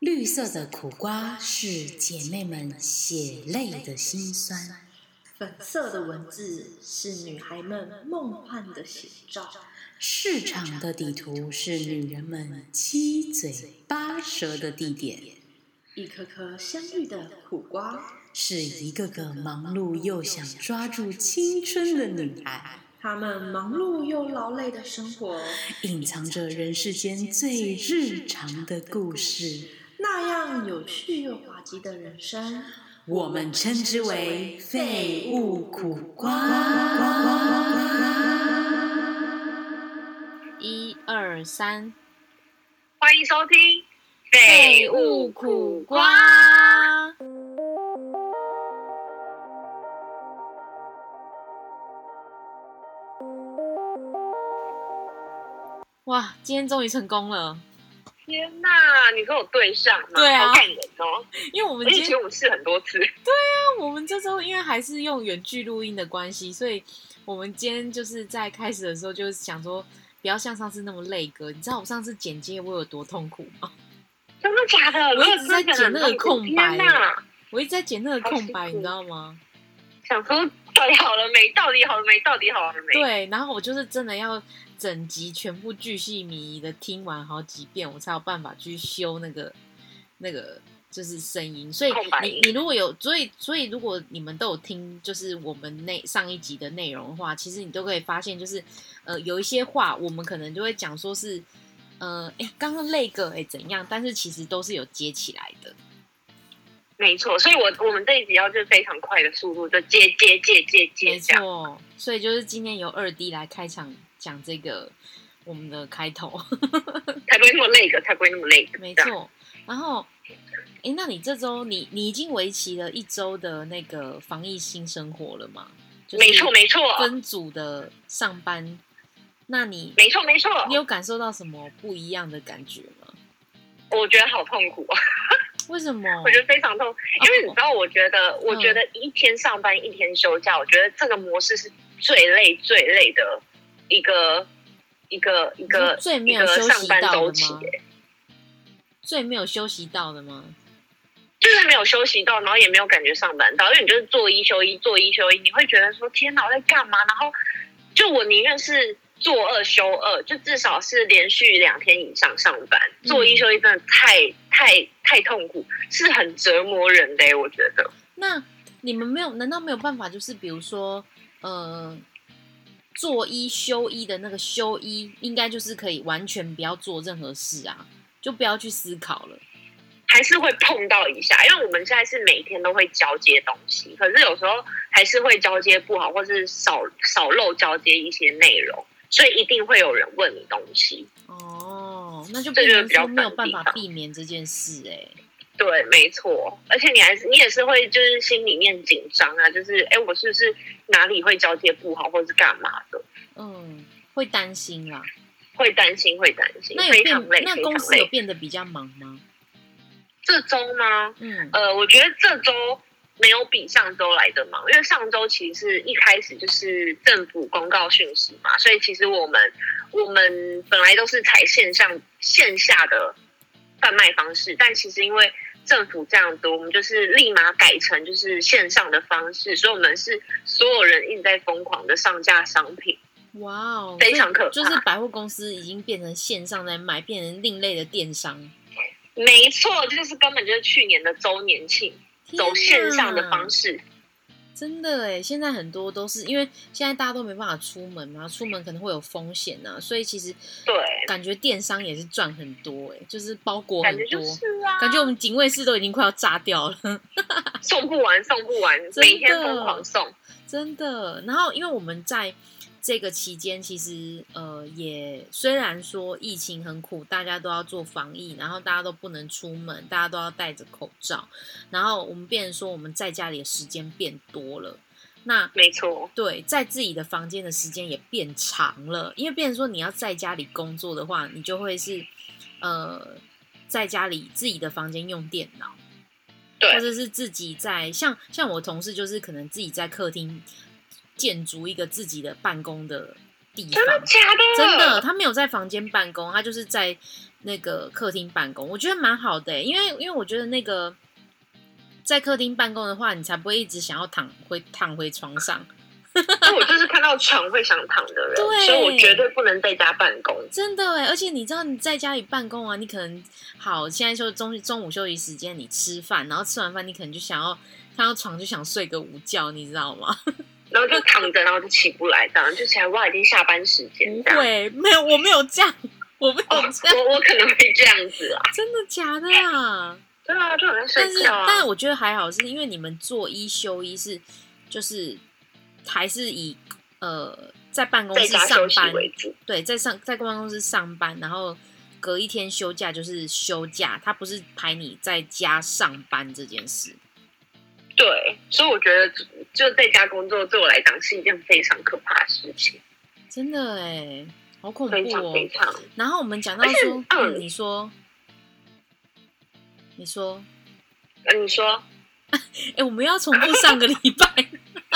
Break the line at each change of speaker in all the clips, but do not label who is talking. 绿色的苦瓜是姐妹们血泪的辛酸，
粉色的文字是女孩们梦幻的写照，
市场的地图是女人们七嘴八舌的地点，
一颗颗相遇的苦瓜，
是一个个忙碌又想抓住青春的女孩，
她们忙碌又劳累的生活，
隐藏着人世间最日常的故事，
那样有趣又滑稽的人生。
我们称之为废物苦瓜
一二三，
欢迎收听《废物苦瓜》。
哇，今天终于成功了，
天哪，你跟我对上吗？
对啊
好感人哦！
因为我
而
们
且
今
其
天
实我试很多次，
我们这周因为还是用远距录音的关系，所以我们今天就是在开始的时候就是想说，不要像上次那么累歌。你知道我上次剪接我有多痛苦吗？
真的假的？
我一直
真的
在剪那个空白
天哪！
我一直在剪那个空
好
白，
辛苦
你知道吗？
想说到底好了没？到底好了没？到底好了没？
对，然后我就是真的要整集全部巨细靡遗的听完好几遍，我才有办法去修那个那个就是声音。所以
空白
你
音
你如果有，所以所以如果你们都有听，就是我们那上一集的内容的话，其实你都可以发现，就是呃有一些话我们可能就会讲说是。呃，哎，刚刚那个哎怎样？但是其实都是有接起来的，
没错。所以我我们这一集要就是非常快的速度，就接接接接
没
接这样。
错。所以就是今天由二 D 来开场讲这个我们的开 头。
才不会那么累的，才不会那么累的。
没
这样，
错。然后，哎，那你这周你你已经为期了一周的那个防疫新生活了吗？就是
没错，没错，
分组的上班，那你
没错，没错。
你有感受到什么不一样的感觉吗？
我觉得好痛苦啊，
为什么？
我觉得非常痛苦，因为你
哦嗯
知道，我觉得，我觉得一天上班一天休假，我觉得这个模式是最累最累的一个一个一
你
个
是最没
一
有
个
休息
上班
到
周
的
期
吗
耶，
最没有休息到的吗？
就是没有休息到，然后也没有感觉上班到，因为你就是做一休一，做一休一，你会觉得说天哪，我在干嘛？然后就我宁愿是做二休二，就至少是连续两天以上上班，
嗯
做一休一真的太太太痛苦，是很折磨人的耶、我觉得。
那你们没有？难道没有办法？就是比如说，呃，做一休一的那个休一，应该就是可以完全不要做任何事啊，就不要去思考了。
还是会碰到一下，因为我们现在是每天都会交接东西，可是有时候还是会交接不好，或是少少漏交接一些内容，所以一定会有人问你东西。
哦，那就
这
变成
就是比较
说没有
烦的
办
地
法
方
避免这件事哎、
对，没错，而且你还是你也是会就是心里面紧张啊，就是哎，诶我是不是哪里会交接不好，或是干嘛的，
嗯，会担心啦。
会担心，会担心，
那
非
有
常
变
累，，
那
非常
公司有
累。
变得比较忙吗？
这周吗？
嗯，
呃，我觉得这周没有比上周来的忙，因为上周其实是一开始就是政府公告讯息嘛，所以其实我们我们本来都是采线上线下的贩卖方式，但其实因为政府这样子，我们就是立马改成就是线上的方式，所以我们是所有人一直在疯狂的上架商品，
哇哦，
非常可怕。
所以就是百货公司已经变成线上在卖，变成另类的电商，
没错，这就是根本就是去年的周年庆，走线上的
方式。
方式。
真的哎，现在很多都是因为现在大家都没办法出门嘛，出门可能会有风险啊，所以其实
对
感觉电商也是赚很多哎，就是包裹很
感觉
多，
就是啊，
感觉我们警卫室都已经快要炸掉了，
送不完，送不完，
的
每天疯狂送。
真的。然后因为我们在这个期间，其实呃也虽然说疫情很苦，大家都要做防疫，然后大家都不能出门，大家都要戴着口罩，然后我们变成说我们在家里的时间变多了，那
没错，
对，在自己的房间的时间也变长了，因为变成说你要在家里工作的话，你就会是呃在家里自己的房间用电脑，
对
或者是自己在像像我同事就是可能自己在客厅建筑一个自己的办公的地
真的
方。
假的？
真的，他没有在房间办公，他就是在那个客厅办公，我觉得蛮好的、欸，因为因为我觉得那个在客厅办公的话，你才不会一直想要躺回躺回床上，
但我就是看到床会想躺的人，
对
所以我绝 对不能在家办公。
真的哎、而且你知道你在家里办公啊，你可能好现在就中中午休息时间，你吃饭，然后吃完饭你可能就想要看到床就想睡个午觉，你知道吗？
然后就躺着，然后就起不来，这样就起来哇，已经下班时间这样。
对，没有我没有这样，我没有
哦，
这样，
我我可能会这样子啊。
真的假的啊？
对啊，就很像
但
睡
是，
觉
但
啊。
我觉得还好，是因为你们做一休一是，就是还是以呃在办公
在
室
家休
上
息
班，
为主，
对，在上在办公室上班，然后隔一天休假就是休假，他不是排你在家上班这件事。
对，所以我觉得就在家工作对我来讲是一件非常可怕的事情，
真的哎，好恐
非
怖
常
哦！
非常。
然后我们讲到
而且
说，
嗯
嗯，你说，你说，
那你说，
哎、我们要重复上个礼拜，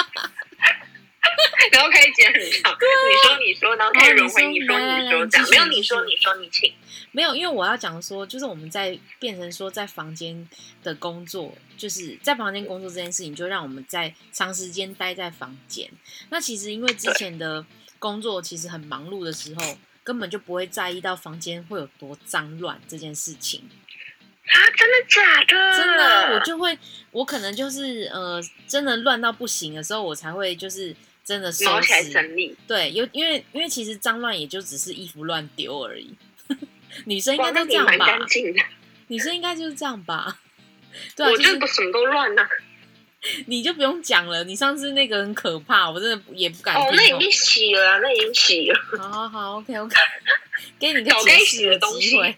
然后开始剪很长，你说你说，然后开始轮回，
啊哦你
你
说
说
来来
你
来
说
你
这样，
继
没
续
有你说
你
你说你请，
没有，因为我要讲说，就是我们在变成说在房间的工作，就是在房间工作这件事情，就让我们在长时间待在房间。那其实因为之前的工作其实很忙碌的时候，根本就不会在意到房间会有多脏乱这件事情。
啊，真的假的？
真的啊，我就会，我可能就是呃，真的乱到不行的时候，我才会就是真的收
毛起来
拾。
整理。
对，有因为因为其实脏乱也就只是衣服乱丢而已。 女生应
哇，
该
那
都这
你
样
蛮
吧？
干净的，
女生应该就是这样吧？ 对啊，
我
就
就是不什么都乱呐。
你就不用讲了。你上次那个很可怕，我真的也不敢
哦，那
听
已经洗了啊，那已经 洗了。
好好好，OK OK，给你个
早
解
该洗
释
的
的
东
机
西
会。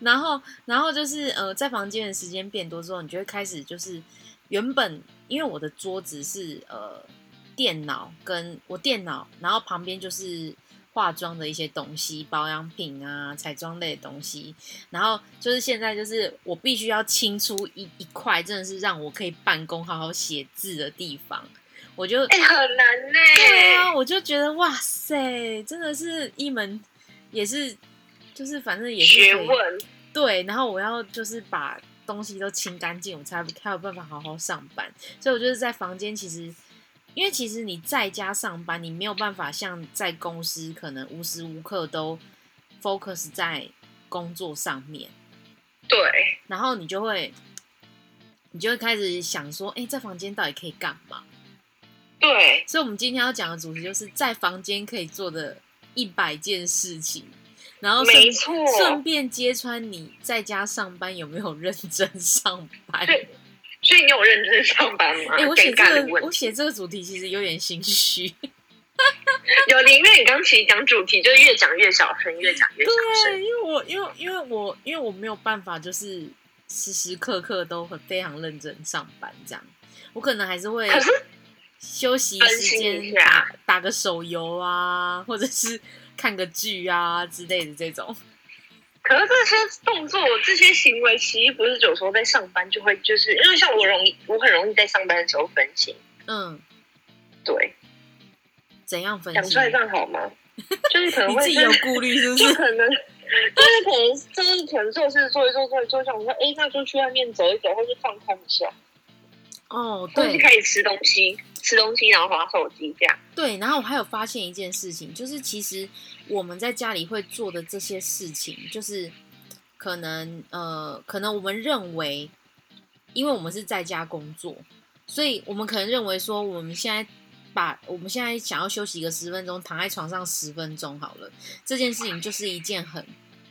然后，然后就是呃，在房间的时间变多之后，你就会开始就是原本因为我的桌子是呃电脑跟我电脑，然后旁边就是化妆的一些东西、保养品啊、彩妆类的东西，然后就是现在就是我必须要清出一一块，真的是让我可以办公、好好写字的地方，我就
哎、很难呢、
对啊，我就觉得哇塞，真的是一门，也是就是反正也是
学
可以
问。
对，然后我要就是把东西都清干净，我才才有办法好好上班。所以我就是在房间，其实因为其实你在家上班，你没有办法像在公司可能无时无刻都 focus 在工作上面。
对，
然后你就会，你就会开始想说，哎、在房间到底可以干嘛？
对，
所以，我们今天要讲的主题就是在房间可以做的一百件事情，然后
没
顺
错。
顺便揭穿你在家上班有没有认真上班。
对所以你有认真上班吗？
哎、我
尴
写
尬的
这个，
问
我
题。
写这个主题其实有点心虚。
有林，因为你刚其实讲主题，就是越讲越小声，越讲越小
对，
声。
啊因为我因为因为我因为我没有办法，就是时时刻刻都很非常认真上班这样，我可能还是会
可是
休息
分
时
心一
间
下
打打个手游啊，或者是看个剧啊之类的这种。
可是这些动作，我这些行为，其实不是有时候在上班就会，就是因为像我容易，我很容易在上班的时候分心。
嗯，
对，
怎样分
讲
析
出？来这样好吗？就是可能
你
会
自己有顾虑是不？
就是 可能，就是可能，就是可能做事做一做做一做，想说，哎、那就去外面走一走，或是放空一下，
哦，
或是
对
开始吃东西，吃东西然后划手机这样。
对。然后我还有发现一件事情，就是其实我们在家里会做的这些事情，就是可能呃，可能我们认为，因为我们是在家工作，所以我们可能认为说，我们现在把我们现在想要休息个十分钟，躺在床上十分钟好了，这件事情就是一件很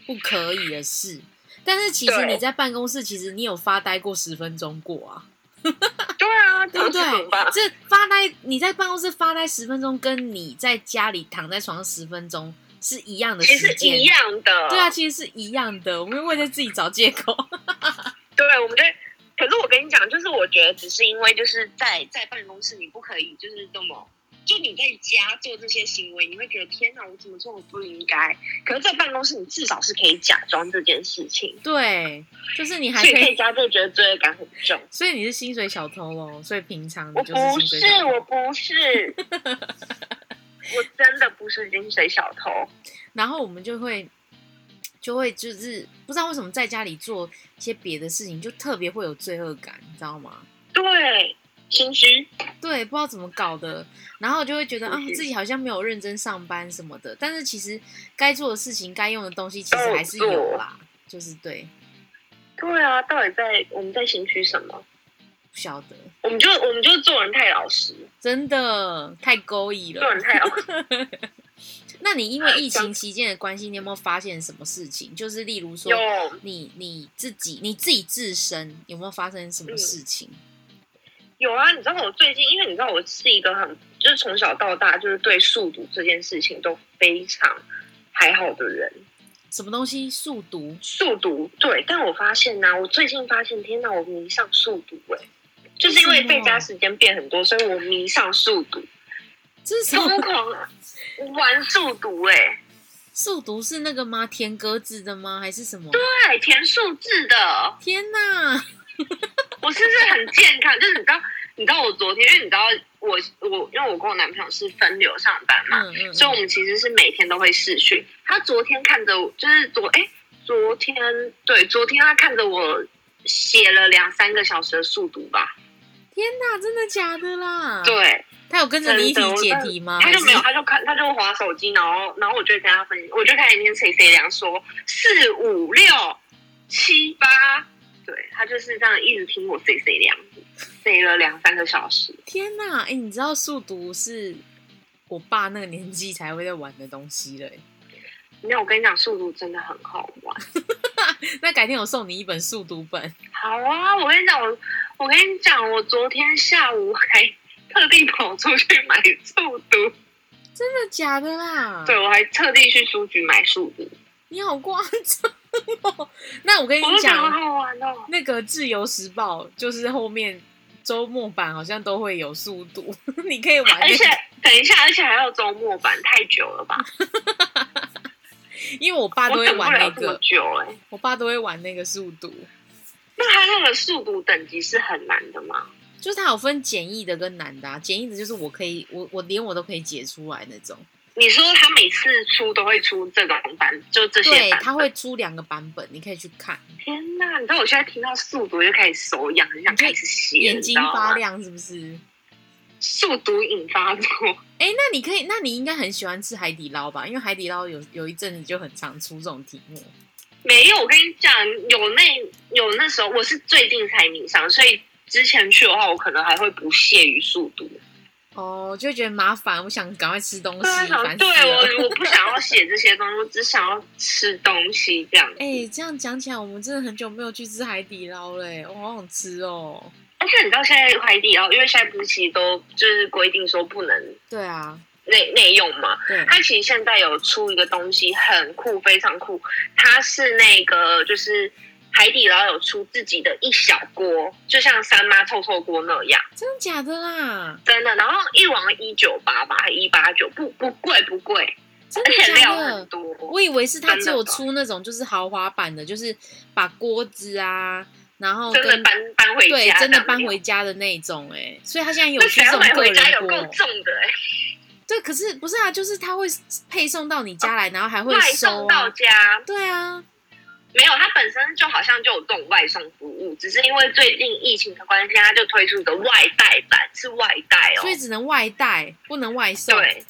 不可以的事。但是其实
对
你在办公室，其实你有发呆过十分钟过啊，
对啊，
对不对
常常吧？？
这发呆，你在办公室发呆十分钟，跟你在家里躺在床上十分钟是一样的
其
时
实
间，
一样的。
对啊，，其实是一样的。我们为了自己找借口，
对，我们在。可是我跟你讲，就是我觉得只是因为就是在在办公室，你不可以就是这么，就你在家做这些行为，你会觉得天哪，我怎么这么不应该？可是，在办公室，你至少是可以假装这件事情，
对，就是你还
所以
可
在
以，
家就觉得罪恶感很重。
所以你是薪水小偷喽，所以平常
我
你就是
不
薪水
是
小，偷。
我不是，我真的不是薪水小偷。
然后我们就会就会就是不知道为什么在家里做一些别的事情，就特别会有罪恶感，你知道吗？
对，心虚，
对，不知道怎么搞的，然后就会觉得啊，自己好像没有认真上班什么的，但是其实该做的事情、该用的东西其实还是
哦
有啦，就是对，
对啊，到底在我们在心虚什么？
不晓得，
我们就我们就做人太老实，
真的太勾引
做
了。
人太老 实。
那你因为疫情期间的关系，你有没有发现什么事情？就是例如说
有，啊
你你自己你自己自身有没有发生
嗯
什么事情？
有啊，你知道我最近，因为你知道我是一个很，就是从小到大就是对数独这件事情都非常还好的人。
什么东西速读？
数独对，但我发现呢、我最近发现，天哪，我迷上数独哎，就是因为在家时间变很多，所以我迷上数独，
这 是什么
疯狂玩数独哎，
速读是那个吗？填格子的吗？还是什么？
对，啊填数字的，
天哪！嗯
我是不是很健康？就是你知道，你知道我昨天，因为你知道我我，因为我跟我男朋友是分流上班嘛，
嗯嗯，
所以我们其实是每天都会试训。他昨天看着我，就是昨哎、昨天对，昨天他看着我写了两三个小时的速读吧，
天哪，真的假的啦？，
对，
他有跟着你一起
真的我
解
真的
题吗？
他
啊还
就是没有，他就看，他就划手机，然后然后我就跟他分析，我就开始跟谁谁梁说四五六七八，对他就是这样一直听我谁谁梁，背了两三个小时。
天哪！哎、你知道速读是我爸那个年纪才会在玩的东西了、欸。
没有，我跟你讲，速读真的很好玩。
那改天我送你一本速读本，
好啊，我跟你讲，我我跟你讲，我昨天下午还特地跑出去买速
嗯
读，
真的假的啦？
对我还特地去书局买速读，
你好夸张哦！那我跟你
我就觉得好
讲，啊
好玩哦。
那个《自由时报》就是后面周末版好像都会有速读， 你可以玩、
而且等一下，而且还要周末版，太久了吧？
因为我爸啊都
我
会
等不
玩那
了这么
个，
久哎、
我爸都会玩那个速读，
那他那个速读等级是很难的吗？
就是它有分简易的跟难的、啊，简易的就是我可以，我我连我都可以解出来那种。
你说他每次出都会出这种版，就这些
对，
版。
它会出两个版本，你可以去看，
天哪！你知道我现在听到速读就开始手痒，很想开始写，
眼
你知
睛
道
发
吗？
亮是不是？
速读引发作。
哎、那你可以，那你应该很喜欢吃海底捞吧？因为海底捞有有一阵子就很常出这种题目。
没有，我跟你讲，有那有那时候，我是最近才迷上，所以之前去的话，我可能还会不屑于速读。
哦，就会觉得麻烦，我想赶快吃东西，
对啊，
烦死
想对
了。
我我不想要写这些东西，我只想要吃东西这样。
哎、这样讲起来，我们真的很久没有去吃海底捞了欸耶，我好想吃哦。
而且你知道现在海底捞，因为现在不是其实都就是规定说不能
对啊，
内内用嘛，
对，
它其实现在有出一个东西很酷，非常酷，它是那个就是海底捞有出自己的一小锅，就像三妈臭臭锅那样。
真的假的啦？
真的，然后一网一九八八一八九，不不贵不贵，
真
而
的假
且料很
的？
多。
我以为是它只有出那种就是豪华版的，就是把锅子啊，然后
真的
跟
搬搬回
对
家，
真的搬。回家的那一种哎、所以它现在有
那
出
谁
这
要
种
买
个
回家
人
有够
锅。
重的、欸，
对，可是不是啊？就是它会配送到你家来，然后还会
外
收
送到
啊。
家
对啊，
没有，它本身就好像就有这种外送服务，只是因为最近疫情的关系，它就推出一个外带版，是外带哦
所。以只能外带，不能外送。
对，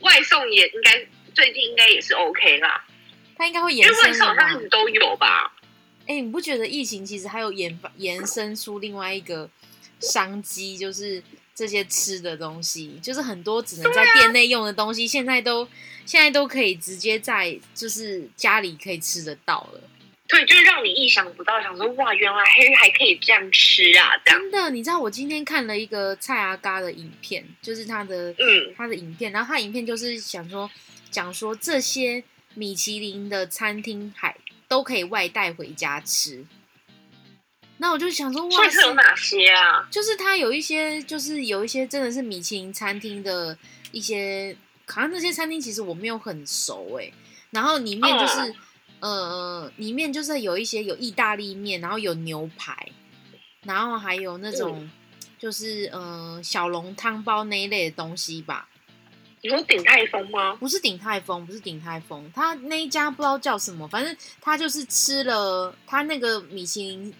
外送也应该最近应该也是 OK 啦，
它应该会
因
延
为外
伸
送
了
好
吧
像一？直都有吧。
哎、你不觉得疫情其实还有延发延伸出另外一个商机，就是这些吃的东西，就是很多只能在
啊
店内用的东西，现在都现在都可以直接在就是家里可以吃得到了。
对，就是让你意想不到，想说哇，原来还还可以这样吃啊，这样。
真的，你知道我今天看了一个蔡阿嘎的影片，就是他的
嗯
他的影片，然后他影片就是想说讲说这些米其林的餐厅还都可以外带回家吃。那我就想说，
所
哇
以是有
塞，
哪些啊？
就是它有一些，就是有一些真的是米其林餐厅的一些，好像那些餐厅其实我没有很熟诶、然后里面就是、呃，里面就是有一些有意大利面，然后有牛排，然后还有那种、就是呃小笼汤包那一类的东西吧。
你说鼎泰丰吗？
不是鼎泰丰，不是鼎泰丰，他那一家不知道叫什么，反正他就是吃了他那个米其林，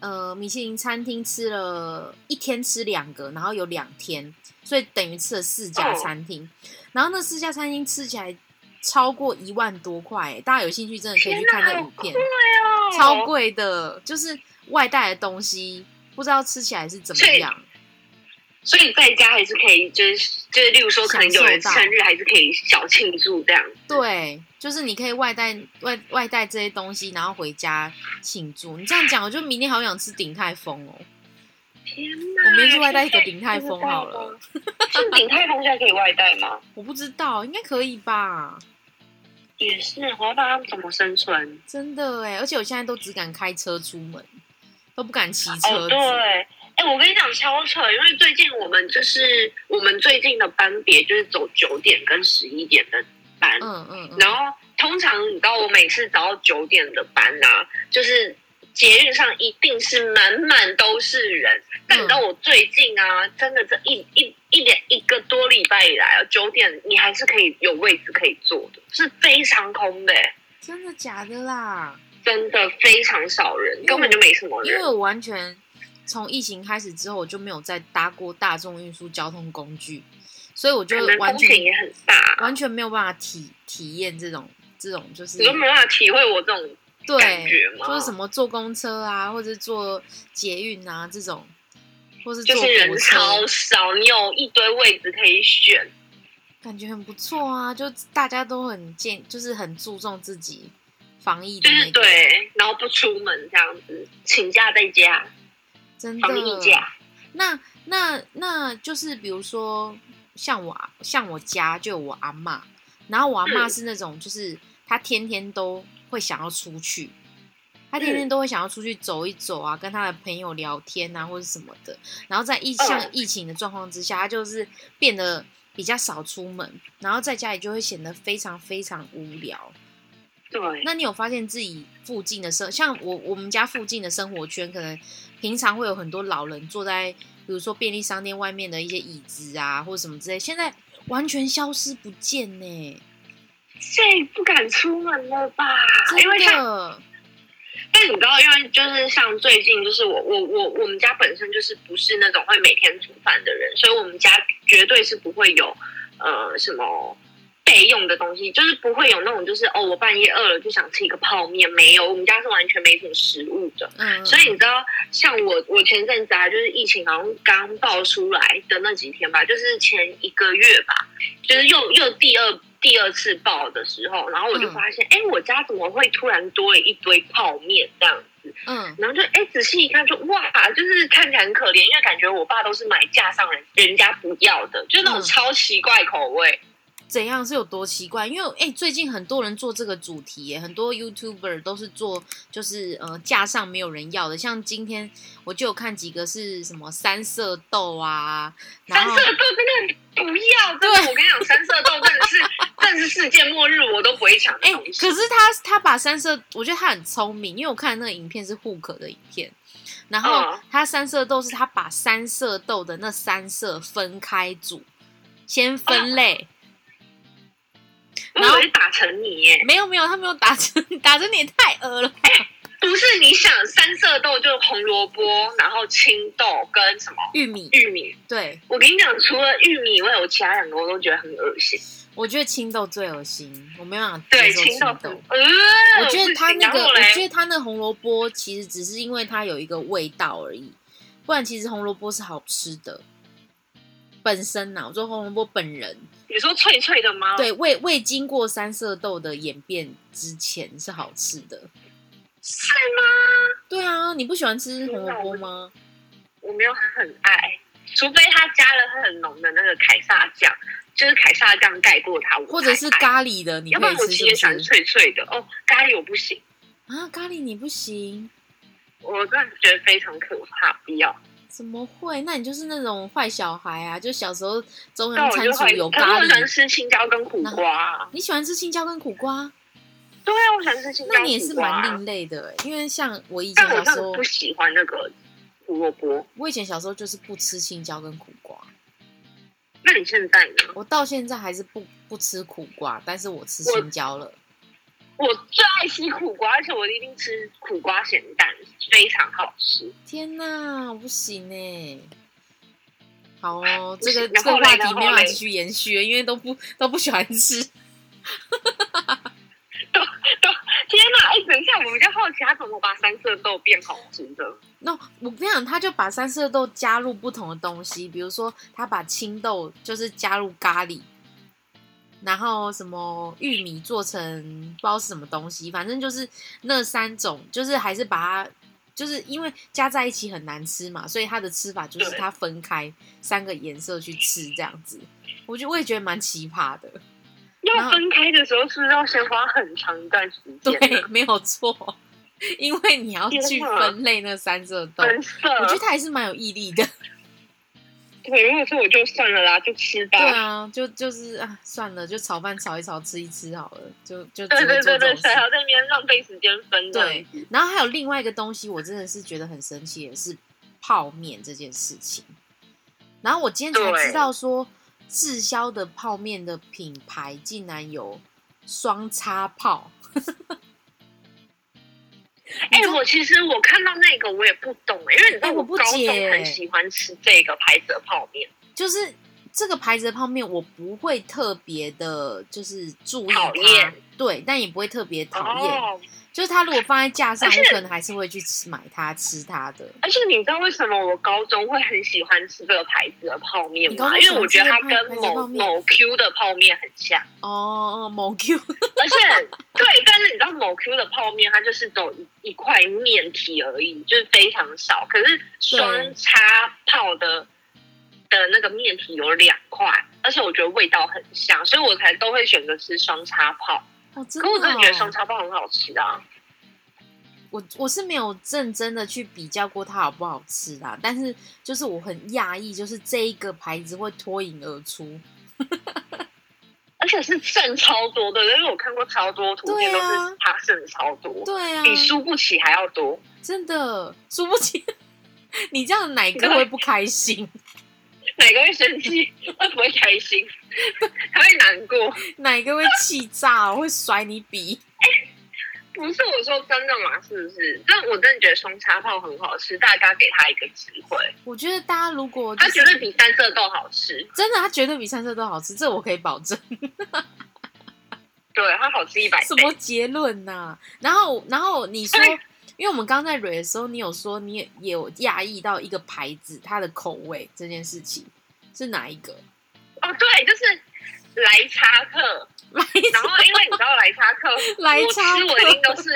呃，米其林餐厅吃了一天吃两个，然后有两天，所以等于吃了四家
哦
餐厅，然后那四家餐厅吃起来超过一万多块、大家有兴趣真的可以
天
去
哪，
看那
好
影
贵
片，
哦！
超贵的，就是外带的东西，不知道吃起来是怎么
所以
样。
所以在家还是可以，就是就是，例如说，可能有人
享受到
生日还是可以小庆祝这样。
对，就是你可以外带外外带这些东西，然后回家庆祝。你这样讲，我就明天好想吃鼎泰丰哦。
天哪！
我明天去外带一个鼎泰丰好了
现在知道吗。是鼎泰丰现在可以外带吗？
我不知道，应该可以吧？
也是，我要不知道他们怎么生存。
真的哎，而且我现在都只敢开车出门，都不敢骑车
哦，
子。
对，哎、我跟你讲超扯，因为最近我们就是我们最近的班别就是走九点跟十一点的班，
嗯嗯嗯，
然后通常你知道我每次早到九点的班啊，就是捷运上一定是满满都是人。但你知道
嗯
我最近啊，真的这一一一两一个多礼拜以来啊，九点你还是可以有位置可以坐的，是非常空的、欸
真的假的啦？
真的非常少人，根本就没什么
因为
人。
我完全从疫情开始之后，我就没有再搭过大众运输交通工具，所以我就
可能
完
哎风险
全
也很大，啊
完全没有办法体体验这种这种就是
你都没办法体会我这种感觉
对，
吗
就是什么坐公车啊，或者坐捷运啊这种，或是坐
就是人
火车，
超少，你有一堆位置可以选。
感觉很不错啊。就大家都很健，就是很注重自己防疫的
就
那
是
个，
对，然后不出门这样子，请假在家，
真的
防疫假。
嗯那那那就是比如说像我啊像我家就有我阿嬷，然后我阿嬷
嗯
是那种就是她天天都会想要出去，她
嗯
天天都会想要出去走一走啊，跟她的朋友聊天啊或者什么的。然后在疫
嗯
像疫情的状况之下，她就是变得比较少出门，然后在家里就会显得非常非常无聊。
对，
那你有发现自己附近的生，像我我们家附近的生活圈，可能平常会有很多老人坐在，比如说便利商店外面的一些椅子啊，或什么之类，现在完全消失不见呢、
现在不敢出门了吧？因为
真
像，
的，
但你知道，因为就是像最近，就是我我我我们家本身就是不是那种会每天煮饭的人，所以我们家绝对是不会有呃什么。备用的东西就是不会有那种，就是哦，我半夜饿了就想吃一个泡面，没有，我们家是完全没什么食物的。
嗯，
所以你知道，像我，我前阵子啊，就是疫情好像刚爆出来的那几天吧，就是前一个月吧，就是又又第二第二次爆的时候，然后我就
嗯
发现，哎、我家怎么会突然多了一堆泡面这样子？
嗯，
然后就哎、诶仔细一看就，哇，就是看起来很可怜，因为感觉我爸都是买架上人人家不要的，就是那种
嗯
超奇怪口味。
怎样是有多奇怪？因为哎、最近很多人做这个主题耶，很多 YouTuber 都是做，就是呃架上没有人要的，像今天我就有看几个是什么三色豆啊，然
三
后
色豆真的不要，真的，我跟你讲，三色豆真的是真的是世界末日，我都不会抢 的
哎、
东西。
可是他他把三色，我觉得他很聪明，因为我看的那个影片是 Hook 的影片，然后
嗯
他三色豆是他把三色豆的那三色分开煮，先
嗯
分类，
我
然后
以为打成泥耶、
没有没有，他没有打成 打成你也太恶了吧，
不是你想三色豆就是红萝卜，然后青豆跟什么
玉米
玉米。
对，
我跟你讲，除了玉米以外，我其他两个我都觉得很恶心。
我觉得青豆最恶心，我没办法接
对，
受
青
青
豆很，
豆。
呃，
我觉
不
得
行
他那个，
然后
我觉
嘞，
得他那红萝卜其实只是因为它有一个味道而已，不然其实红萝卜是好吃的。本身呐、我说红萝卜本人，
你说脆脆的吗？，
对，未未经过三色豆的演变之前是好吃的。
是吗？
对啊，你不喜欢吃红萝卜吗？
我没有很爱，除非他加了很浓的那个凯撒酱，就是凯撒酱盖过它，我
或者是
才爱。
咖喱的，你
要不
可
然
以
我
吃
其实也喜
是
欢
不是？
脆脆的哦，咖喱我不行，
啊，咖喱你不行，
我真的觉得非常可怕，不要。
怎么会？那你就是那种坏小孩啊！就小时候中
但
央
我
餐
就
厨
会，
嗯有
可是
咖
我喜欢
喱，
吃青椒跟苦
那
瓜啊、
你喜欢吃青椒跟苦瓜，
对啊，我喜欢吃青椒苦瓜。啊
那你也是蛮另类的欸、因为像我以前
但
小
我真
时
的
候
不，喜欢那个胡萝卜。
我以前小时候就是不吃青椒跟苦瓜，
那你现在呢？
我到现在还是不不吃苦瓜，但是我吃青椒了。
我最爱吃苦瓜，而且我一定吃苦瓜咸蛋，非常好吃。
天哪，我不行哎、好哦，
不
这
行
个这
然
个
后
话
嘞
题
然后
没有办法
嘞
继续延续，因为都不都不喜欢吃。
天哪！哎，等一下，我比较好奇他怎么把三色豆变好吃的。
那、我跟你讲，他就把三色豆加入不同的东西，比如说他把青豆就是加入咖喱，然后什么玉米做成不知道是什么东西，反正就是那三种，就是还是把它。就是因为加在一起很难吃嘛，所以它的吃法就是
对
它分开三个颜色去吃这样子，我觉得我也觉得蛮奇葩的，然
要
后
分开的时候，是不是要先花很长一段时 间
对，没有错，因为你要
天
去
哪
分类那三色豆，
分色？
我觉得它还是蛮有毅力的。
对，如果是我就算了啦，就吃吧。
对啊，就就是啊，算了，就炒饭炒一炒，吃一吃好了，就就只
对
会
对
做这
对对，
种
谁还
事。
要在那边浪费时间分呢？
对，然后还有另外一个东西，我真的是觉得很神奇的是泡面这件事情。然后我今天才
对
知道说，滞销的泡面的品牌竟然有双叉泡。
哎、我其实我看到那个我也不懂、欸因为你知道
哎我不
高中
解
很喜欢吃这个牌子的泡面，
就是这个牌子的泡面，我不会特别的，就是注意
讨
它
厌，
对，但也不会特别讨厌。
哦，
就是它如果放在架上，
而且
我可能还是会去吃买它吃它的。
而且你知道为什么我高中会很喜欢吃这个牌子的泡面
你高
吗？
中
因为我觉得它
喜欢吃
跟
这个泡
某
面
某 Q 的泡面很像，
哦，某 Q
而且 对，但是你知道某 Q 的泡面它就是走一一块面体而已，就是非常少。可是双叉泡的的那个面体有两块，而且我觉得味道很像，所以我才都会选择吃双叉泡。
哦，真
可我真的觉得双
的、哦，
叉包很好吃啊！
我我是没有认真的去比较过它好不好吃啦，但是就是我很讶异，就是这一个牌子会脱颖而出，
而且是剩超多的，因为我看过超多图片，
对
都
啊
是它剩超多，
对啊，
比输不起还要多。
真的输不起， 你这样哪个会不开心？
哪个会生气？会不会开心？ 还会难过？
哪个会气炸？哦会甩你笔？
不是我说真的嘛？是不是？但我真的觉得双叉泡很好吃，大家给它一个机会，
我觉得大家如果、就
它
是、
绝对比三色豆好吃。
真的，它绝对比三色豆好吃，这我可以保证。
对，它好吃一百
什
倍
么。结论呐、然后，然后你说，因为我们刚在蕊的时候，你有说你也也有讶异到一个牌子它的口味这件事情是哪一个？
哦，对，就是莱查克。
来
然后因为你知道莱查克，
来
我
插
吃我一定都是，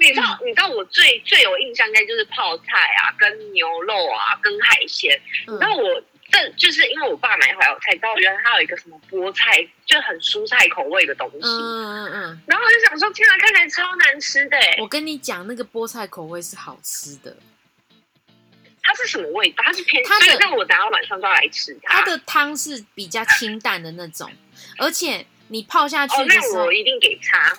你知道，你知道我最最有印象应该就是泡菜啊，跟牛肉啊，跟海鲜。
嗯
然后我这就是因为我爸买回来，我才知道原来它有一个什么菠菜，就很蔬菜口味的东西。
嗯嗯嗯，
然后我就想说，天啊，看起来超难吃的欸，
我跟你讲，那个菠菜口味是好吃的，
它是什么味道？它是偏，
它的
所以那我等下晚上就要来吃
它的汤是比较清淡的那种，而且你泡下去
哦，
的时
那
候
我一定给它。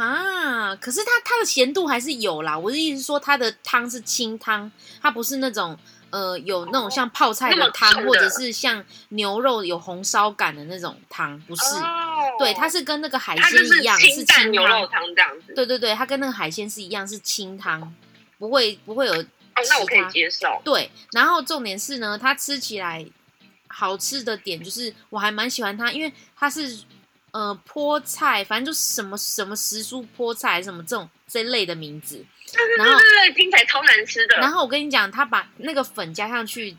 啊，可是它它的咸度还是有啦。我的意思是说，它的汤是清汤，它不是那种呃有那种像泡菜的汤，
哦那么重的
或者是像牛肉有红烧感的那种汤，不是。
哦
对，它是跟那个海
它就
鲜
是
一样，是
清淡牛肉
汤。
汤这样子。
对对对，它跟那个海鲜是一样，是清汤，不会不会有
哦，那我可
其
以
他
接受。
对，然后重点是呢，它吃起来好吃的点就是我还蛮喜欢它，因为它是呃菠菜，反正就是什么什么时蔬菠菜什么这种这类的名字。
对对
然后
对对，听起来超难吃的。
然后我跟你讲，他把那个粉加上去，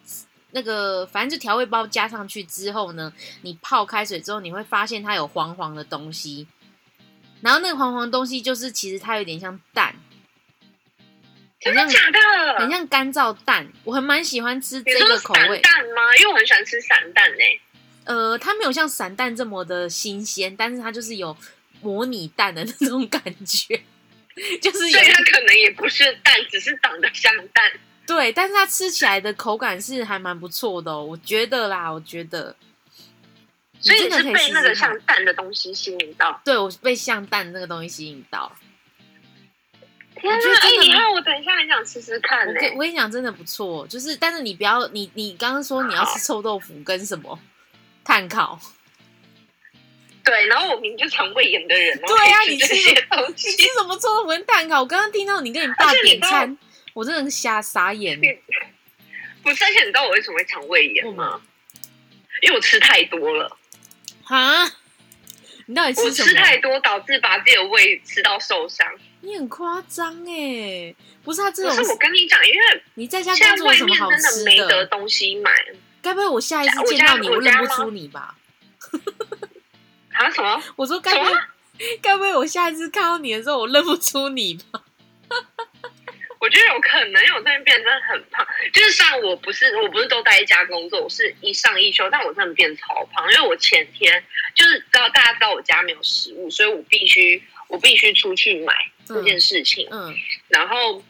那个反正就调味包加上去之后呢，你泡开水之后，你会发现它有黄黄的东西。然后那个黄黄的东西就是，其实它有点像蛋，
真的假的？
很像干燥蛋。我还蛮喜欢吃
你
这
说
个口味
散。蛋吗？因为我很喜欢吃散欸蛋诶、
呃，它没有像散蛋这么的新鲜，但是它就是有模拟蛋的那种感觉， 就是有
所以它可能也不是蛋，只是长得像蛋。
对，但是它吃起来的口感是还蛮不错的、哦，我觉得啦，我觉得。你
所以
真
你
的
是
可以
被
试
那个
试看
像蛋的东西吸引到。
对我被像蛋那个东西吸引到，
天
我觉得
啊！哎、
真的
你看我等一下很想吃吃看欸
我
呢、
跟哦我跟你讲真的不错，就是但是你不要你你刚刚说你要吃臭豆腐跟什么，碳烤。
对，然后我明明就肠胃炎的人，然后
对啊
还吃
你
这
吃
些东
你
西，
吃什么中文蛋糕？我刚刚听到你跟你爸
而且你
点
知道
餐，我真的瞎傻眼。
你不是？而且你知道我为什么会肠胃炎
为什
吗？因为我吃太多了，
哈，你到底
我
吃什
吃太
么？
多导致把自己的胃吃到受伤。
你很夸张哎！不是他这
不是我
种，
跟你讲，因为
你在家
现
工
在
作有
外
什么
面
好
真
吃
的没得
的？
东西买
该不会我下一次
我
见
家
到你，
我
我认
家
不
吗
出你吧？
啊？什么？
我说该不
什
会，该不会我下一次看到你的时候，我认不出你吧？
我觉得有可能，因为我最近变得真的很胖。就是虽然我不是我不是都待在家工作，我是一上一休，但我真的变超胖。因为我前天就是知道大家知道我家没有食物，所以我必须我必须出去买这件事情。
嗯
然后，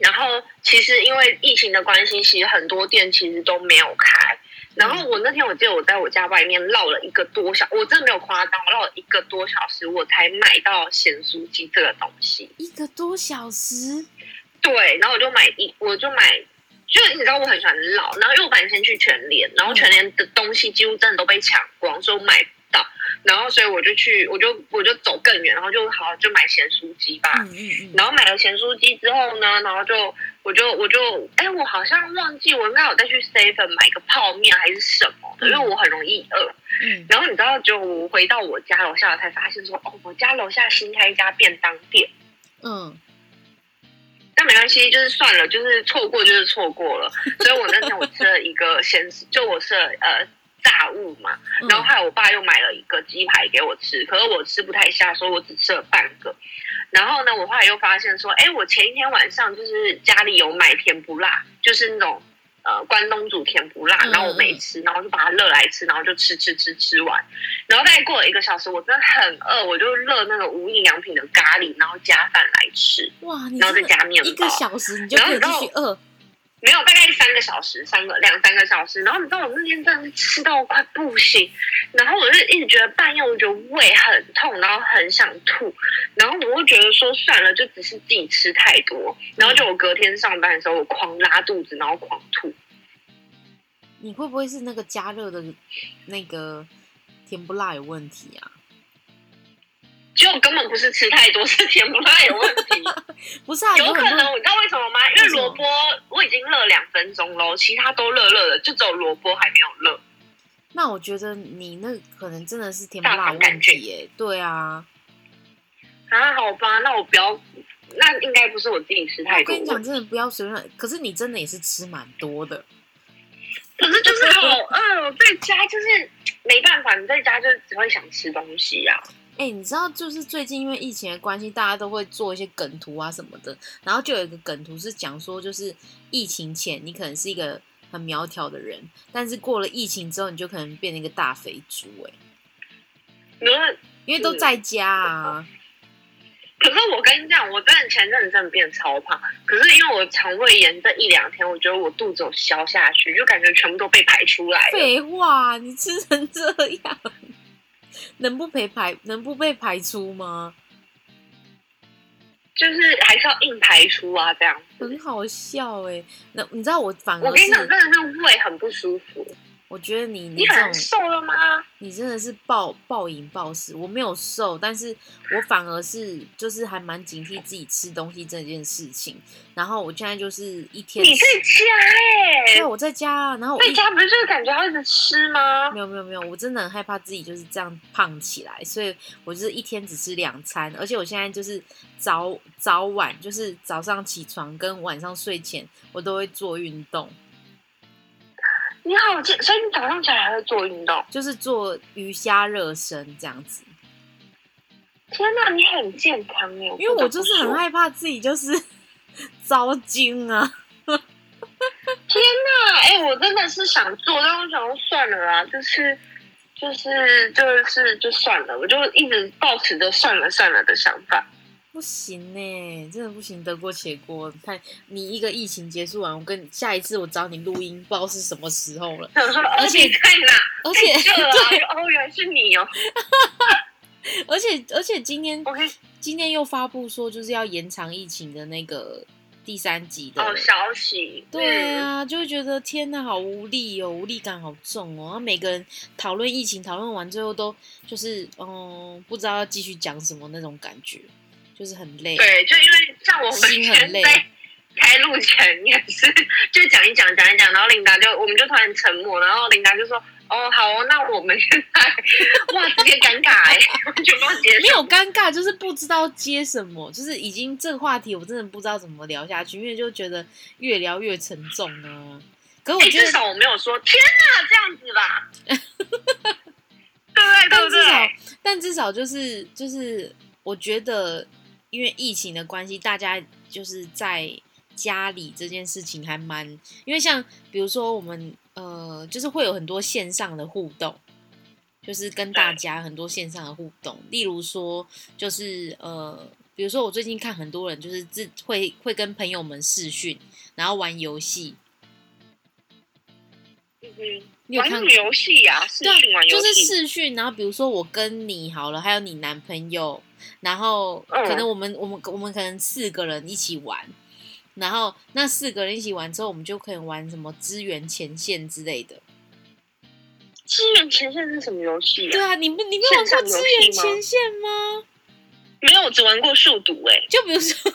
然后其实因为疫情的关系，其实很多店其实都没有开。然
嗯
后我那天我记得我在我家外面绕了一个多小，我真的没有夸张，我绕了一个多小时，我才买到咸酥鸡这个东西。
一个多小时，
对，然后我就买一，我就买，就你知道我很喜欢老，然后因为我本来先去全联，然后全联的东西几乎真的都被抢光，所以我买不到，然后所以我就去，我就我就走更远，然后就好就买咸酥鸡吧，
嗯嗯嗯，
然后买了咸酥鸡之后呢，然后就我就我就哎，我好像忘记我应该有再去 seven 买个泡面还是什么的，因为我很容易饿。
嗯，
然后你知道，就我回到我家楼下才发现说，哦，我家楼下新开一家便当店。
嗯，
但没关系，就是算了，就是错过就是错过了。所以我那天我吃了一个咸，就我吃了呃炸物嘛，
嗯
然后还有我爸又买了一个鸡排给我吃，可是我吃不太下，所以我只吃了半个。然后呢，我后来又发现说，哎，我前一天晚上就是家里有买甜不辣，就是那种呃关东煮甜不辣，
嗯
然后我没吃，然后就把它热来吃，然后就吃吃吃吃完，然后大概过了一个小时，我真的很饿，我就热那个无印良品的咖喱，然后加饭来吃，
哇，你
然后再
真的
加面包，
一个小时你就可以继续饿，
没有，大概三个小时，三个两三个小时。然后你知道我那天真的是吃到快不行，然后我就一直觉得半夜我觉得胃很痛，然后很想吐，然后我会觉得说算了，就只是自己吃太多。然后就我隔天上班的时候，我狂拉肚子，然后狂吐。
你会不会是那个加热的那个甜不辣有问题啊？
结果根本不是吃太多，是甜不辣有问题。
不是啊，
有
很
可
多
能，你知道为什么吗？因为
为什么
萝卜我已经热两分钟喽，其他都热热的，就只有萝卜还没有热。
那我觉得你那可能真的是甜不
大
辣
肠
问
杆菌
题耶、对啊，
啊，好吧，那我不要，那应该不是我自己吃太
我
多
跟你
问题。
讲，真的不要随便。可是你真的也是吃蛮多的，
可是就是好饿，我在家就是没办法，你在家就只会想吃东西啊呀、
哎、你知道，就是最近因为疫情的关系，大家都会做一些梗图啊什么的，然后就有一个梗图是讲说，就是疫情前你可能是一个很苗条的人，但是过了疫情之后，你就可能变成一个大肥猪哎、
你说，
因为都在家啊，
可是我跟你讲，我真的前阵子真的变超胖，可是因为我肠胃炎这一两天，我觉得我肚子有消下去，就感觉全部都被排出来了。
废话，你吃成这样，能不被排能不被排出吗？
就是还是要硬排出啊，这样。
很好笑哎、那你知道我反
我
而
跟你讲，
是，
真的是胃很不舒服。
我觉得你
你
你这种
很瘦了吗？
你真的是暴暴饮暴食，我没有瘦，但是我反而是就是还蛮警惕自己吃东西这件事情。然后我现在就是一天，
你在家哎、
对，我在家啊，然后我
在
一
家不是就是感觉要一直吃吗？
没有没有没有，我真的很害怕自己就是这样胖起来，所以我就是一天只吃两餐，而且我现在就是早早晚就是早上起床跟晚上睡前我都会做运动，
你好健，所以你早上起来还会做运动？
就是做瑜伽热身这样子。
天哪，你很健康哎！
因为
不得
我
不
就是
说
很害怕自己就是 糟精啊。
天呐，哎、我真的是想做，但我想说算了啦，就是就是就是就算了，我就一直保持着算了算了的想法。
不行呢、真的不行，得过且过。你看，你一个疫情结束完，我跟你下一次我找你录音，不知道是什么时候了。
想说，而
而且
且在哪？
而且，
在这啊！哦，原来是你哦。
而且，而且今天
OK，
今天又发布说，就是要延长疫情的那个第三集的
哦，消息，
对
嗯，
啊，就会觉得天呐，好无力哦，无力感好重哦。然后每个人讨论疫情，讨论完最后都就是嗯，不知道要继续讲什么那种感觉，就是很累。
对，就因为像我们
心很
现
累
在开录前也是，就讲一讲，讲一讲，然后琳达就我们就突然沉默，然后琳达就说：“哦，好哦那我们现在哇，直接尴尬哎、 完全不知道接
没
什么
有尴尬，就是不知道接什么，就是已经这个话题我真的不知道怎么聊下去，因为就觉得越聊越沉重呢。可我
哎，
觉得
至，少我没有说天哪这样子 吧，对
但
不对？对不
至少
对？，
但至少就是就是，我觉得因为疫情的关系，大家就是在家里这件事情还蛮，因为像比如说我们呃，就是会有很多线上的互动。就是跟大家很多线上的互动，例如说，就是呃，比如说我最近看很多人就是自会会跟朋友们视讯，然后玩游戏。
嗯
你有
玩
看
什么游戏呀、视
对啊
讯玩游
就是
戏，
视讯，然后比如说我跟你好了，还有你男朋友，然后
嗯
可能我们、我们我们可能四个人一起玩，然后那四个人一起玩之后，我们就可以玩什么支援前线之类的。
支援前线是什么游戏、
对
啊？
啊，你不你没有玩
线上
过支
游戏
援
吗
前线吗？
没有，我只玩过数独哎、
就比如说，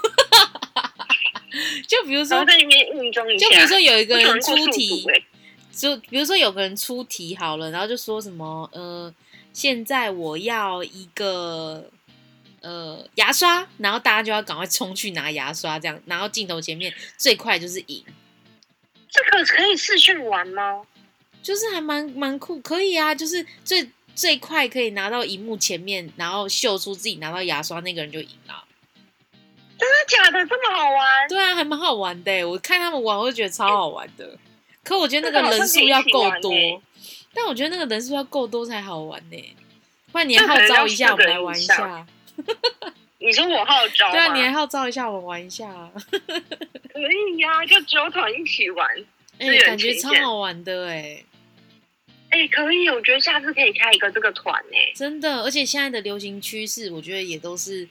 就比如
然
说，
后在那边硬装啊一下。
就比如说有一个
我只玩
人
过
出
数
题
独，哎、
就比如说有个人出题好了，然后就说什么呃，现在我要一个呃牙刷，然后大家就要赶快冲去拿牙刷，这样，然后镜头前面最快就是赢，
这个可以视讯玩吗？
就是还蛮蛮酷，可以啊，就是最最快可以拿到荧幕前面，然后秀出自己拿到牙刷那个人就赢了。
真的假的？这么好玩？
对啊，还蛮好玩的欸。我看他们玩，我会觉得超好玩的。可我觉得那个
这个好
人
像
数要够
可以一起
多
玩欸，
但我觉得那个人数要够多才好玩呢。不然你
这
号
可能
召
要
一
四
下，我
个
们来
人以
玩一
上
下。
你说我号召吗？
对啊，你来号召一下，我们玩一下啊。
可以呀、就只有团一起玩。
哎、
资源
感觉
群
超
见
好玩的哎，
哎、可以，我觉得下次可以开一个这个团哎、
真的。而且现在的流行趋势，我觉得也都是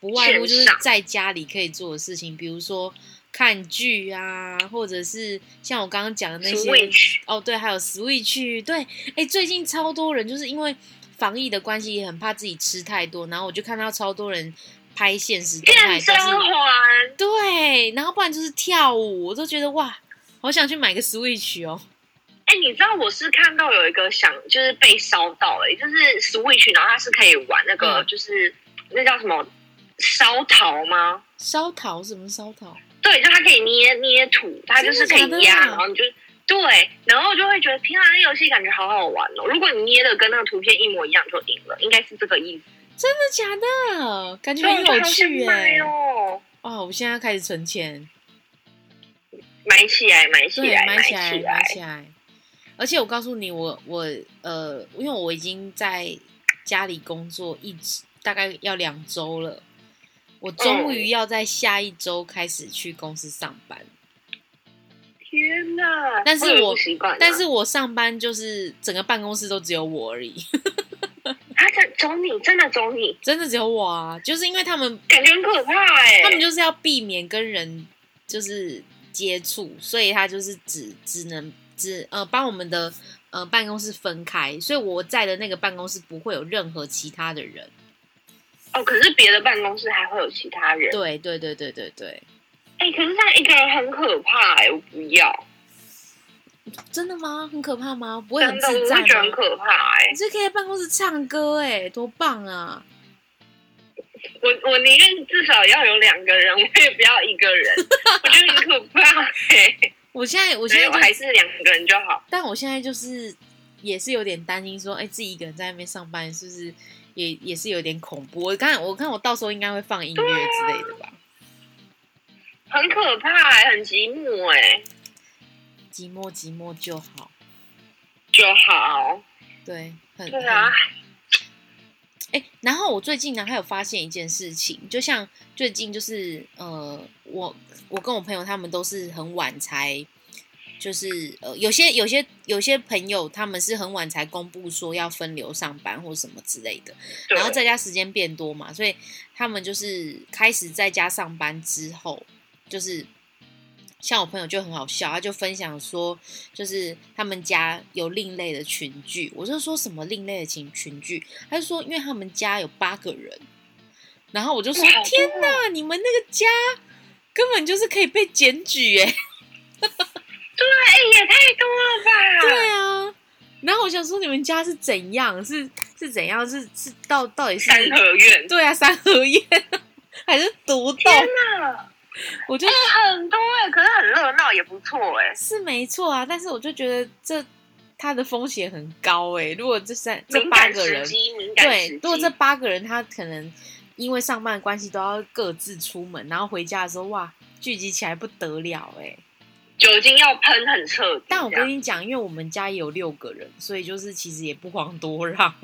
不外乎就是
线上
在家里可以做的事情，比如说看剧啊，或者是像我刚刚讲的那些
Switch
哦，对，还有 Switch，对，哎，最近超多人就是因为防疫的关系，也很怕自己吃太多，然后我就看到超多人拍现实动态，
健身
但是
环，
对，然后不然就是跳舞，我都觉得哇，好想去买个 Switch 哦，
哎、你知道我是看到有一个想就是被烧到哎、就是 Switch，然后它是可以玩那个、
嗯
就是那叫什么烧陶吗？
烧陶什么烧陶？
对，就它可以捏捏土，它就是可以
真的假
压，
的
然后你就对，然后就会觉得天啊，那游戏感觉好好玩哦！如果你捏的跟那个图片一模一样，就赢了，应该是这个意思。
真的假的？感觉
所以
很
我就
有
好想
趣
买
哎、
哦，
哇，我现在要开始存钱，
买起来，买起
对，
来，
买
起
起来，买起来。而且我告诉你，我我呃，因为我已经在家里工作一直大概要两周了，我终于要在下一周开始去公司上班。
嗯天哪！
但是
有
我
不习惯啊，
但是我上班就是整个办公室都只有我而已，
他在找你，啊真的找你，
真的只有我啊！就是因为他们
感觉很可怕哎、
他们就是要避免跟人就是接触，所以他就是只只能只呃帮我们的呃办公室分开，所以我在的那个办公室不会有任何其他的人。
哦，可是别的办公室还会有其他人。
对对对对对对，
哎、可是这样一个人很可怕哎、我不要，
真的吗？很可怕吗？不会
真
很
的我
自在
会觉得很
吗？
可怕哎、
你是可以在办公室唱歌哎、多棒啊！
我我宁愿至少要有两个人，我 也不要一 个人，我觉得很可怕哎、
我现 在我
所
现
以
在
我
就
还是两个人就好。
但我现在就是也是有点担心说，哎、自己一个人在那边上班是不是也也是有点恐怖？我看我看我到时候应该会放音乐之类的吧。
很可怕、欸，很寂寞哎、
寂寞寂寞就好，
就好。
对，很
对啊，
哎、诶然后我最近呢还有发现一件事情，就像最近就是呃，我我跟我朋友他们都是很晚才，就是呃，有些有些有些朋友他们是很晚才公布说要分流上班或什么之类的，嗯
对
然后在家时间变多嘛，所以他们就是开始在家上班之后，就是像我朋友就很好笑，他就分享说，就是他们家有另类的群聚，我就说什么另类的群群聚，他就说因为他们家有八个人，然后我就说
哇哦
天哪，你们那个家根本就是可以被检举 耶、
哎、也太多了吧？
对啊。然后我想说，你们家是怎样？是是怎样？是是到到底是
三合院，
对啊，三合院 还是独栋？
天哪，
我就
很多哎、可是很热闹，也不错哎、
是没错啊，但是我就觉得这它的风险很高哎、如果这三这
敏
八
感
个
时
人，
机，敏感
对，
时
如果这
机。
八个人他可能因为上班的关系都要各自出门，然后回家的时候哇，聚集起来不得了哎、
啊酒精要喷很彻底。
但我
这样
跟你讲，因为我们家也有六个人，所以就是其实也不遑多 让。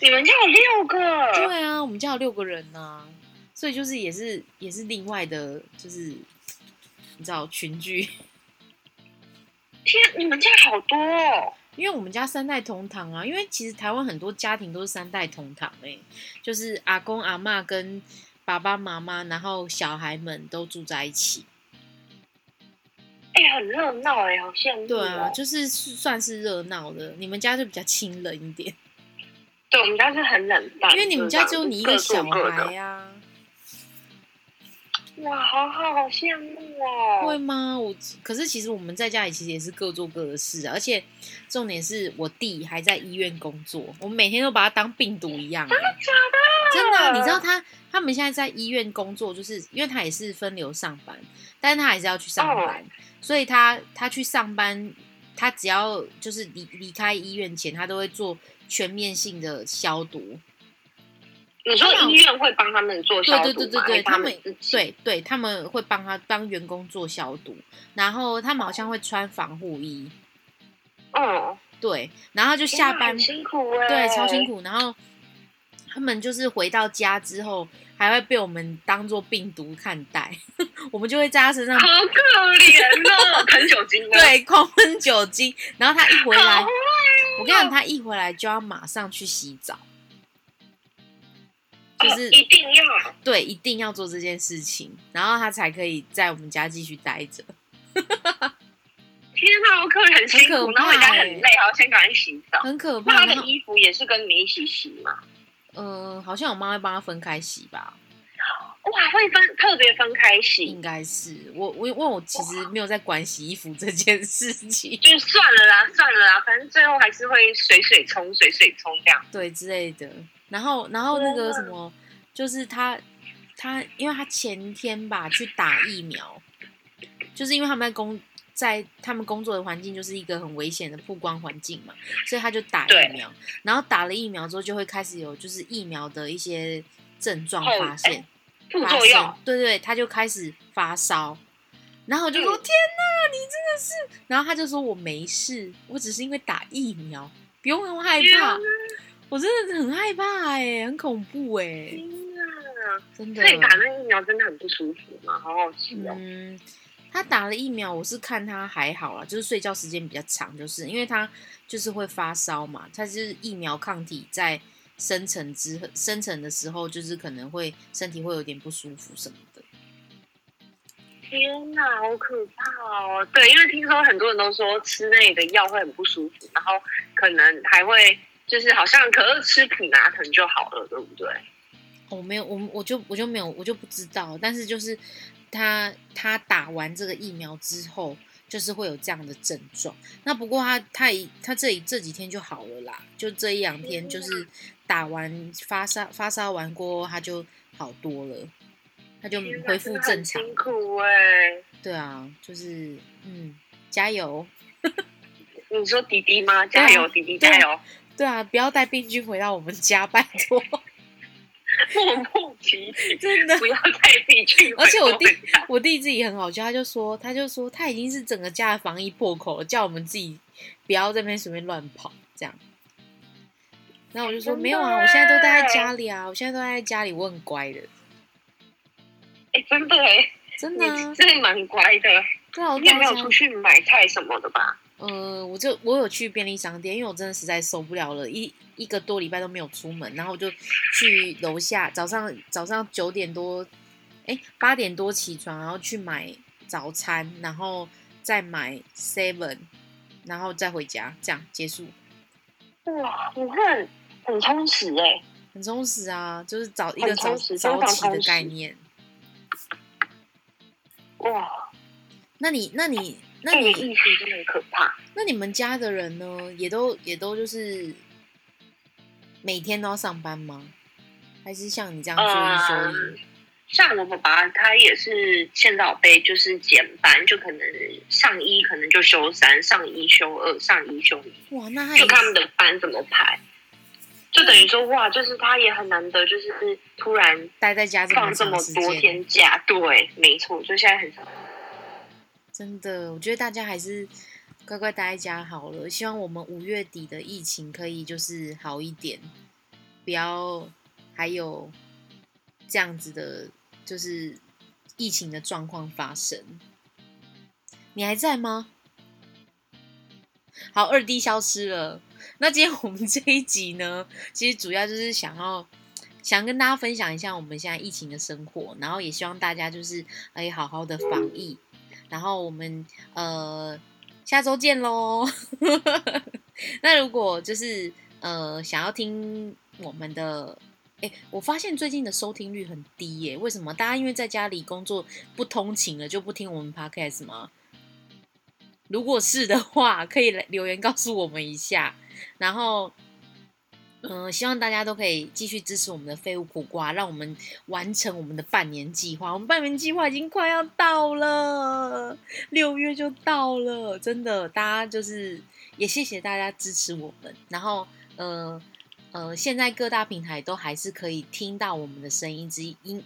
你们家有六个，
对啊，我们家有六个人呢、啊所以就是也是也是另外的，就是你知道群聚。
天，你们家好多哦。
因为我们家三代同堂啊，因为其实台湾很多家庭都是三代同堂哎、就是阿公阿嬷跟爸爸妈妈，然后小孩们都住在一起。
哎、很热闹哎，好羡慕、哦。
对啊，就是算是热闹的。你们家就比较清冷一点，
对，我们家是很冷淡，
因为你们家只有你一个小
啊各做各的
孩啊，
哇，好好好羡慕
会
哦。
吗？我可是其实我们在家里其实也是各做各的事、啊，而且重点是我弟还在医院工作，我们每天都把他当病毒一样、欸。
真的
真的啊、你知道他他们现在在医院工作，就是因为他也是分流上班，但是他还是要去上
哦
班，所以他他去上班，他只要就是离离开医院前，他都会做全面性的消毒。
你说医院会帮他们做消
对
毒
对
吗
对对对，
他
他们
自己
对对他们会帮他帮员工做消毒，然后他们好像会穿防护衣，
嗯，
对，然后就
天
下
哪
班
很辛苦哎，
对，超辛。苦。然后他们就是回到家之后，还会被我们当做病毒看待， 我们就会在他身上
好可 怜哦，喷酒精呢，
对狂喷酒精。然后他一回来
好坏，啊
我跟你讲，他一回来就要马上去洗澡，
哦，
就是
一定要
对，一定要做这件事情，然后他才可以在我们家继续待着。
天哪，好可怜，很辛苦，
很可
然
怕欸
后回家很累，还要先赶快洗澡。
很可
那
怕。
他
然
的
后，
衣服也是跟你一起洗吗？
嗯、好像我妈会帮他分开洗吧，
哇，会分特别分开洗
应，该是我我因为我其实没有在管洗衣服这件事情。
就是算了啦，算了啦，反正最后还是会水水冲，水水冲这样。
对之类的。然后，然后那个什么，就是他他，因为他前天吧去打疫苗，就是因为他们在工在他们工作的环境就是一个很危险的曝光环境嘛，所以他就打
对
疫苗。然后打了疫苗之后，就会开始有就是疫苗的一些症状
后
发
哎
现，
副
发
作用
现，对对，他就开始发烧。然后我就说：“
嗯
天哪，你真的是……”然后他就说：“我没事，我只是因为打疫苗，不用那么害
天
怕
哪。”
我真的很害怕哎、很恐怖哎、
天哪！
真的
所。以打那疫苗真的很不舒服嘛，好好奇哦。
嗯，他打了疫苗，我是看他还好啦，就是睡觉时间比较长，就是因为他就是会发烧嘛，他就是疫苗抗体在生成之生成的时候，就是可能会身体会有点不舒服什么的。嗯
天哪，好可怕哦！对，因为听说很多人都说吃那个药会很不舒服，然后可能还会就是好像可是吃普拿疼就好了，对不对？
我哦没有，我我就我就没有，我就不知道。但是就是他他打完这个疫苗之后，就是会有这样的症状。那不过他他一他这一这几天就好了啦，就这一两
嗯
天就是打完发烧发烧完过后，他就好多了，他就
天哪
嗯恢复正常
真的很。辛苦哎、
对啊，就是嗯，加油！
你说弟弟吗？加油，弟弟加油！
啊 对啊，不要带病菌回到我们家，拜托，
莫莫提起，
真的。
不要再必去。
啊而且我弟，我弟自己很好笑，他就说，他就说他已经是整个家的防疫破口了，叫我们自己不要在那边随便乱跑这样。然后我就说
真的欸
没有啊，我现在都待在家里啊，我现在都待在家里，我很乖的，
哎、真的哎、
真的、啊
你。真的蛮乖的。
对啊，我
你也没有
待在家
出去买菜什么的吧？
呃，我就我有去便利商店，因为我真的实在受不了了，一一个多礼拜都没有出门，然后我就去楼下，早上早上九点多哎八点多起床，然后去买早餐，然后再买 seven，然后再回家，这样结束，啊
哇，你这很很充实哎、
很充实啊，就是早一个
很
早
充实非常
早起的
充实
概念。
哇，
那你那你那
这个
你
疫情真的很可怕。
那你们家的人呢，也都也都就是每天都要上班吗？还是像你这样做一休一？
嗯像我爸爸，他也是现在有被就是减班，就可能上一可能就休三，上一休二，上一休一，
哇，那他
就看他们
也
的班怎么排。就等于说，哇，就是他也很难得，就是突然
待在家这么
放这
长
么
时
多
间，
天假。对，没错，就现在很
真的，我觉得大家还是乖乖待在家好了。希望我们五月底的疫情可以就是好一点，不要还有这样子的，就是疫情的状况发生。你还在吗？好，二 D 消失了。那今天我们这一集呢，其实主要就是想要想跟大家分享一下我们现在疫情的生活，然后也希望大家就是可以好好的防疫，然后我们呃下周见喽。 那如果就是呃想要听我们的，哎、我发现最近的收听率很低耶、为什么？大家因为在家里工作不通勤了，就不听我们 podcast 吗？如果是的话，可以来留言告诉我们一下。然后，嗯、希望大家都可以继续支持我们的废物苦瓜，让我们完成我们的半年计划。我们半年计划已经快要到了，六月就到了，真的，大家就是也谢谢大家支持我们。然后，呃呃，现在各大平台都还是可以听到我们的声音，只因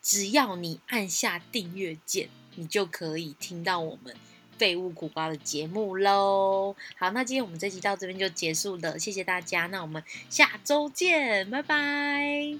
只要你按下订阅键，你就可以听到我们。废物苦瓜的节目喽。好，那今天我们这集到这边就结束了，谢谢大家，那我们下周见，拜拜。